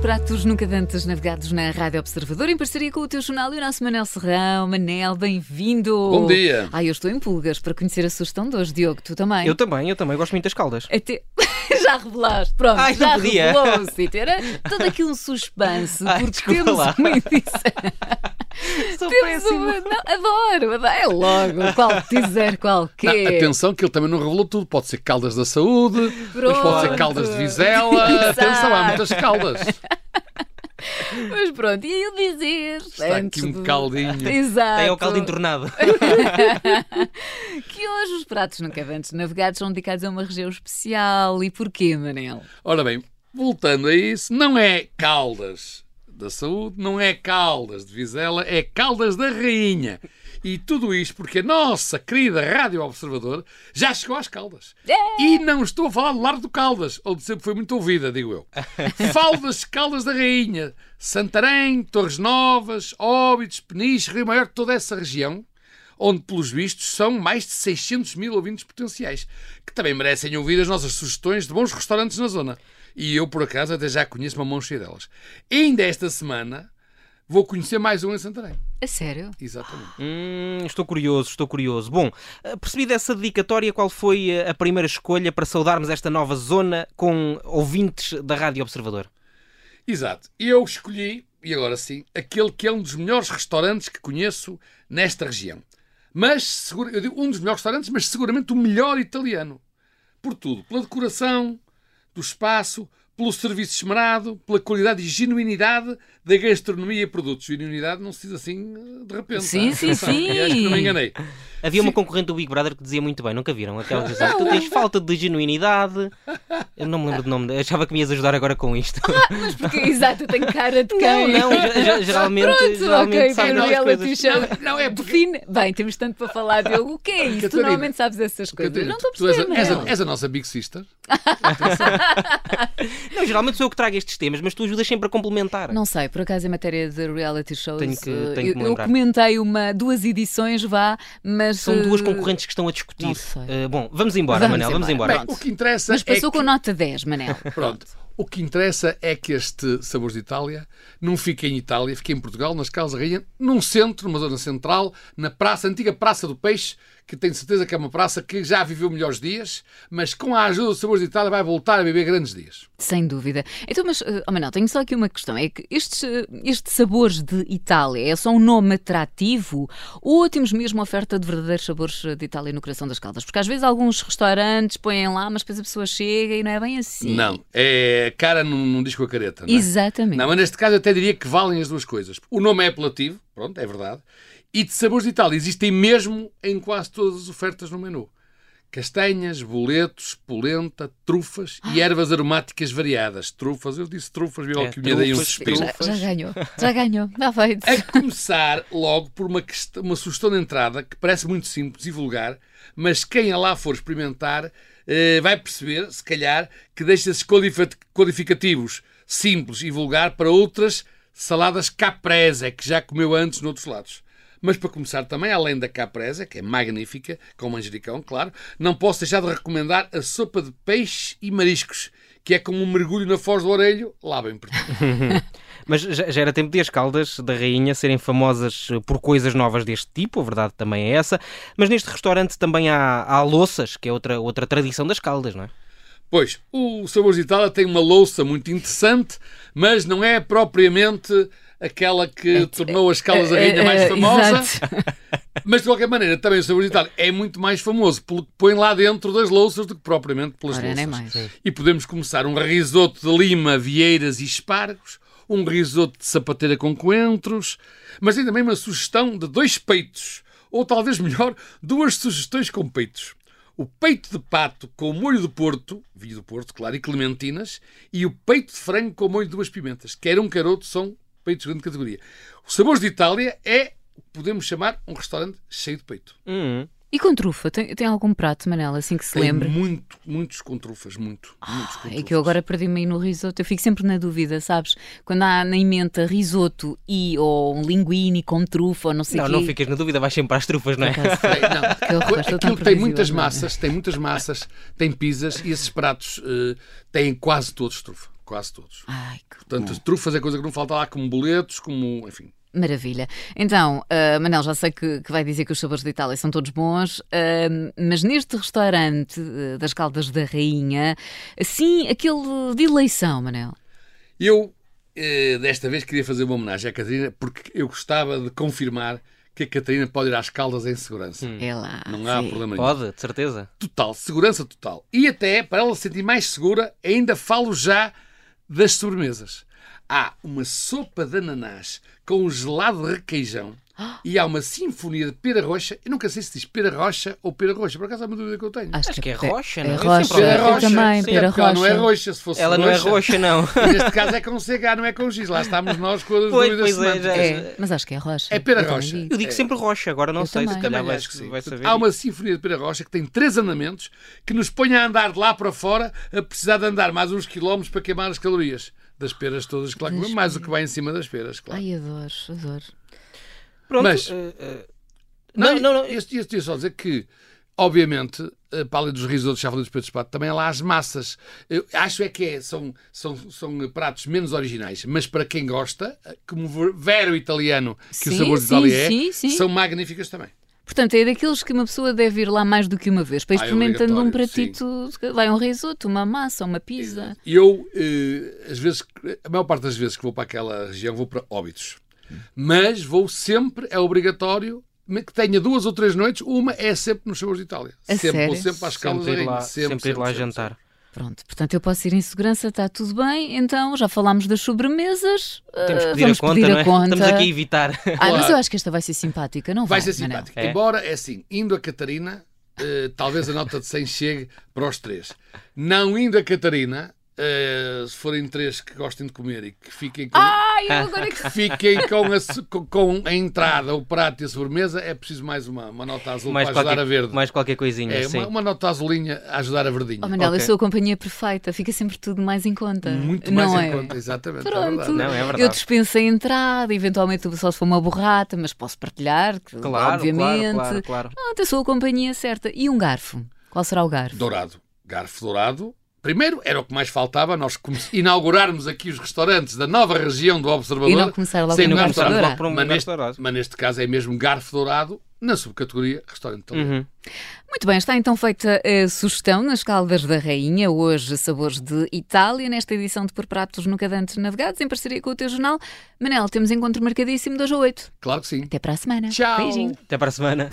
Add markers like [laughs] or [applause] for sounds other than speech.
Pratos Nunca Dantes navegados na Rádio Observador, em parceria com o teu jornal e o nosso Manel Serrão. Manel, bem-vindo! Bom dia. Ai, eu estou em pulgas para conhecer a sugestão de hoje. Diogo, tu também? Eu também, eu também gosto muito das caldas. Até... [laughs] já revelaste, pronto, Ai, já não podia. revelou o sítio. Era todo aqui um suspense, Ai, porque desculpa temos lá. [laughs] uma [laughs] edição. Sou Temos uma... Não, adoro, adoro. É logo, qual teaser Não, qualquer. atenção, que ele também não revelou tudo. Pode ser Caldas da Saúde, mas pode ser Pronto. Caldas de [laughs] Vizela. Exato. atenção, há muitas caldas. Mas pronto, e eu dizer. Está antes aqui um de- caldinho. Exato. Tem ao [laughs] caldo entornado. Que hoje os pratos nunca antes navegados são dedicados a uma região especial. E porquê, Manel? Ora bem, voltando a isso, não é Caldas da Saúde, não é Caldas de Vizela, é Caldas da Rainha. E tudo isto porque a nossa querida Rádio Observador já chegou às Caldas. E não estou a falar do Largo do Caldas, onde sempre foi muito ouvida, [laughs] digo eu. Falo das Caldas da Rainha, Santarém, Torres Novas, Óbidos, Peniche, Rio Maior, toda essa região, onde, pelos vistos, são mais de 600 mil ouvintes potenciais, que também merecem ouvir as nossas sugestões de bons restaurantes na zona. E eu, por acaso, até já conheço uma mão cheia delas. Ainda esta semana vou conhecer mais um em Santarém. A sério? Exatamente. Hum, estou curioso, estou curioso. Bom, eh, percebi dessa dedicatória qual foi eh, a primeira escolha para saudarmos esta nova zona com ouvintes da Rádio Observador. Exato. Eu escolhi, e agora sim, aquele que é um dos melhores restaurantes que conheço nesta região. Mas, segura- eu digo um dos melhores restaurantes, mas seguramente o melhor italiano. Por tudo. Pela decoração, do espaço, pelo serviço esmerado, pela qualidade e genuinidade da gastronomia e produtos. Genuinidade não se diz assim eh, de repente. Sim, não é? sim, sim. [laughs] E acho que não me enganei. Havia uma concorrente do Big Brother que dizia muito bem, nunca viram? Aquela que dizia, tu tens falta de genuinidade. Eu não me lembro do nome, achava que me ias ajudar agora com isto. Mas porque, exato, eu tenho cara de Não, quem? não, ge- ge- geralmente. Ah, Pronto, geralmente ok, sabes quero as reality coisas. show. [laughs] Não, não é porque... Define. Bem, temos tanto para falar, Diogo. O que é isso? Tu Catarina, normalmente sabes essas coisas. não estou a tu és perceber, és Manel. a, és a nossa Big Sister. Não, geralmente sou eu que trago estes temas, mas tu ajudas sempre a complementar. Não sei, por acaso em matéria de reality shows, Tenho que- eh, tenho que me eu, eu lembrar. comentei uma, duas edições, vá, mas. São duas eh, concorrentes que estão a discutir. não sei. Eh, bom, vamos embora, Vamos Manel, vamos embora. embora. Bem, o que interessa Mas passou é que... com nota 10, Manel. Pronto. O que interessa é que este Sabores de Itália não fica em Itália, fica em Portugal, nas Caldas da Rainha, num centro, numa zona central, na praça, antiga Praça do Peixe, que tenho certeza que é uma praça que já viveu melhores dias, mas com a ajuda dos Sabores de Itália vai voltar a viver grandes dias. Sem dúvida. Então, mas, eh, oh, Manel, tenho só aqui uma questão. É que estes, eh, estes sabores de Itália é só um nome atrativo ou temos mesmo oferta de verdadeiros sabores eh, de Itália no coração das caldas? Porque às vezes alguns restaurantes põem lá, mas depois a pessoa chega e não é bem assim. Não, é cara num, num disco a careta. Não é? Exatamente. Não, mas neste caso eu até diria que valem as duas coisas. O nome é apelativo, pronto, é verdade. E de sabores de Itália existem mesmo em quase todas as ofertas no menu. Castanhas, boletos, polenta, trufas e ervas aromáticas variadas. Trufas, eu disse trufas, viu É, que me dei um trufas, suspiro. já, já ganhou, já ganhou, dá feito. [laughs] A começar logo por uma, quest- uma sugestão de entrada que parece muito simples e vulgar, mas quem a lá for experimentar eh, vai perceber, se calhar, que deixa esses codifa- codificativos simples e vulgar para outras saladas caprese, que já comeu antes noutros lados. Mas para começar também, além da caprese, que é magnífica, com manjericão, claro, não posso deixar de recomendar a sopa de peixe e mariscos, que é como um mergulho na foz do orelho, lá bem perto. Mas já, já era tempo de as caldas da rainha serem famosas eh, por coisas novas deste tipo, a verdade também é essa. Mas neste restaurante também há, há louças, que é outra, outra tradição das caldas, não é? Pois, o Sabores de Itália tem uma louça muito interessante, mas não é propriamente aquela que É, tornou as Caldas da Rainha é mais Eh, eh, famosa. exato. Mas, de qualquer maneira, também o Sabores de Itália é muito mais famoso pelo que põe lá dentro das louças do que propriamente pelas Ora, nem louças. mais. E podemos começar um risoto de lima, vieiras e espargos, um risoto de sapateira com coentros, mas tem também uma sugestão de dois peitos, ou talvez melhor, duas sugestões com peitos. O peito de pato com molho de porto, vinho do porto, claro, e clementinas, e o peito de frango com molho de duas pimentas. Quer um caroto, são peitos de grande categoria. O Sabores de Itália é, podemos chamar, um restaurante cheio de peito. Hum. E com trufa, tem, tem algum prato, Manel, assim que se Tem lembra? muito, muitos com trufas, muito, muitos com É que trufas. eu agora perdi-me aí no risoto. Eu fico sempre na dúvida, sabes? Quando há na emenda risoto e ou um linguine com trufa ou não sei o Não, quê. não ficas na dúvida, vais sempre às trufas, não é? [laughs] Tem, não. Que horror, estou tão Aquilo tem previsível, muitas não é? massas, tem muitas massas, tem pizzas e esses pratos eh, têm quase todos trufa. Quase todos. Ai, que Portanto, as trufas é coisa que não falta lá, como boletos, como. Enfim. Maravilha. Então, ah, Manel, já sei que, que vai dizer que os sabores de Itália são todos bons, ah, mas neste restaurante ah, das Caldas da Rainha, assim, aquele de eleição, Manel. Eu, eh, desta vez, queria fazer uma homenagem à Catarina, porque eu gostava de confirmar que a Catarina pode ir às Caldas em segurança. É lá. Hum, Não há sim. problema nenhum. Pode, de certeza. Total, segurança total. E até, para ela se sentir mais segura, ainda falo já das sobremesas. Há uma sopa de ananás com um gelado de requeijão e há uma sinfonia de pera roxa. Eu nunca sei se diz pera roxa ou pera roxa, por acaso é uma dúvida que eu tenho. Acho que é pe- rocha, não é? é? Rocha, Sempre Ah, eu é rocha. também, Sim, pera Porque ela não é roxa. roxa, se fosse Ela não é [laughs] roxa, não. Neste caso é com CH, não é com X. Lá estamos nós com as [laughs] Pois, dúvidas pois é, semânticas. já- É, mas acho que é rocha. É pera Eu também rocha. digo. Eu digo sempre rocha, agora não Eu sei, também. se calhar Também vai, acho que sim. vai saber. Há uma sinfonia de Pera Rocha que tem três andamentos que nos põe a andar de lá para fora a precisar de andar mais uns quilómetros para queimar as calorias das peras todas que lá comemos, mais o que vai em cima das peras, claro. Ai, adoro, adoro. Pronto, Mas- eh, eh, não, não, não. Este, este ia só dizer que, obviamente, eh, para além dos risotos, chávena dos peitos de pato, também há lá as massas. Eu acho é que é- são, são, são pratos menos originais, mas para quem gosta, eh, como ver- vero italiano, Sim, que o sabor de sim, Itália é, sim, sim. são magníficas também. Portanto, é daqueles que uma pessoa deve ir lá mais do que uma vez, para Ah, é experimentando um obrigatório, pratito, vai um risoto, uma massa, uma pizza. E eu, eh, às vezes, a maior parte das vezes que vou para aquela região, vou para Óbidos. Mas vou sempre, é obrigatório, me- que tenha duas ou três noites, uma é sempre nos Sabores de Itália. A sempre, sério? vou sempre às Caldas sempre da ir lá, Rainha. sempre, ir lá jantar. Pronto, portanto eu posso ir em segurança, está tudo bem. Então já falámos das sobremesas. Temos ah, que pedir vamos a conta, pedir não a é? conta. Estamos aqui a evitar. Ah, mas Claro. eu acho que esta vai ser simpática, não vai? Vai ser Manel? simpático. É. Embora, é assim, indo a Catarina, eh, talvez a nota de 100 chegue para os três. Não indo a Catarina, eh, se forem três que gostem de comer e que fiquem com... Ai, eu agora que Fiquem com a, se- com- com a entrada, o prato e a sobremesa. É preciso mais uma, uma nota azul mais, para ajudar qualquer, a verde. mais qualquer coisinha, é, sim. uma, uma nota azulinha a ajudar a verdinha. Oh, Manel, eu Ok. sou a companhia perfeita, fica sempre tudo mais em conta. Muito não mais é? em conta, exatamente. é Pronto, verdade. Não, é verdade. eu dispenso a entrada, eventualmente só se for uma borrata, mas posso partilhar, que- Claro, obviamente. claro, claro, claro. Pronto, eu sou a companhia certa. E um garfo? Qual será o é. garfo? Dourado. Garfo dourado. Primeiro, era o que mais faltava, nós come- inaugurarmos aqui os restaurantes da nova região do Observador. E não começar logo sem com um um garfo garfo dourado. dourado. Por um mas, garfo neste, dourado. mas neste caso é mesmo garfo dourado na subcategoria restaurante italiano. Uhum. Muito bem, está então feita a sugestão nas Caldas da Rainha, hoje sabores de Itália, nesta edição de Por Pratos Nunca de Antes Navegados, em parceria com o teu jornal. Manel, temos encontro marcadíssimo 2 a 8. Hum. Claro que sim. Até para a semana. Tchau. Beijinho. Até para a semana.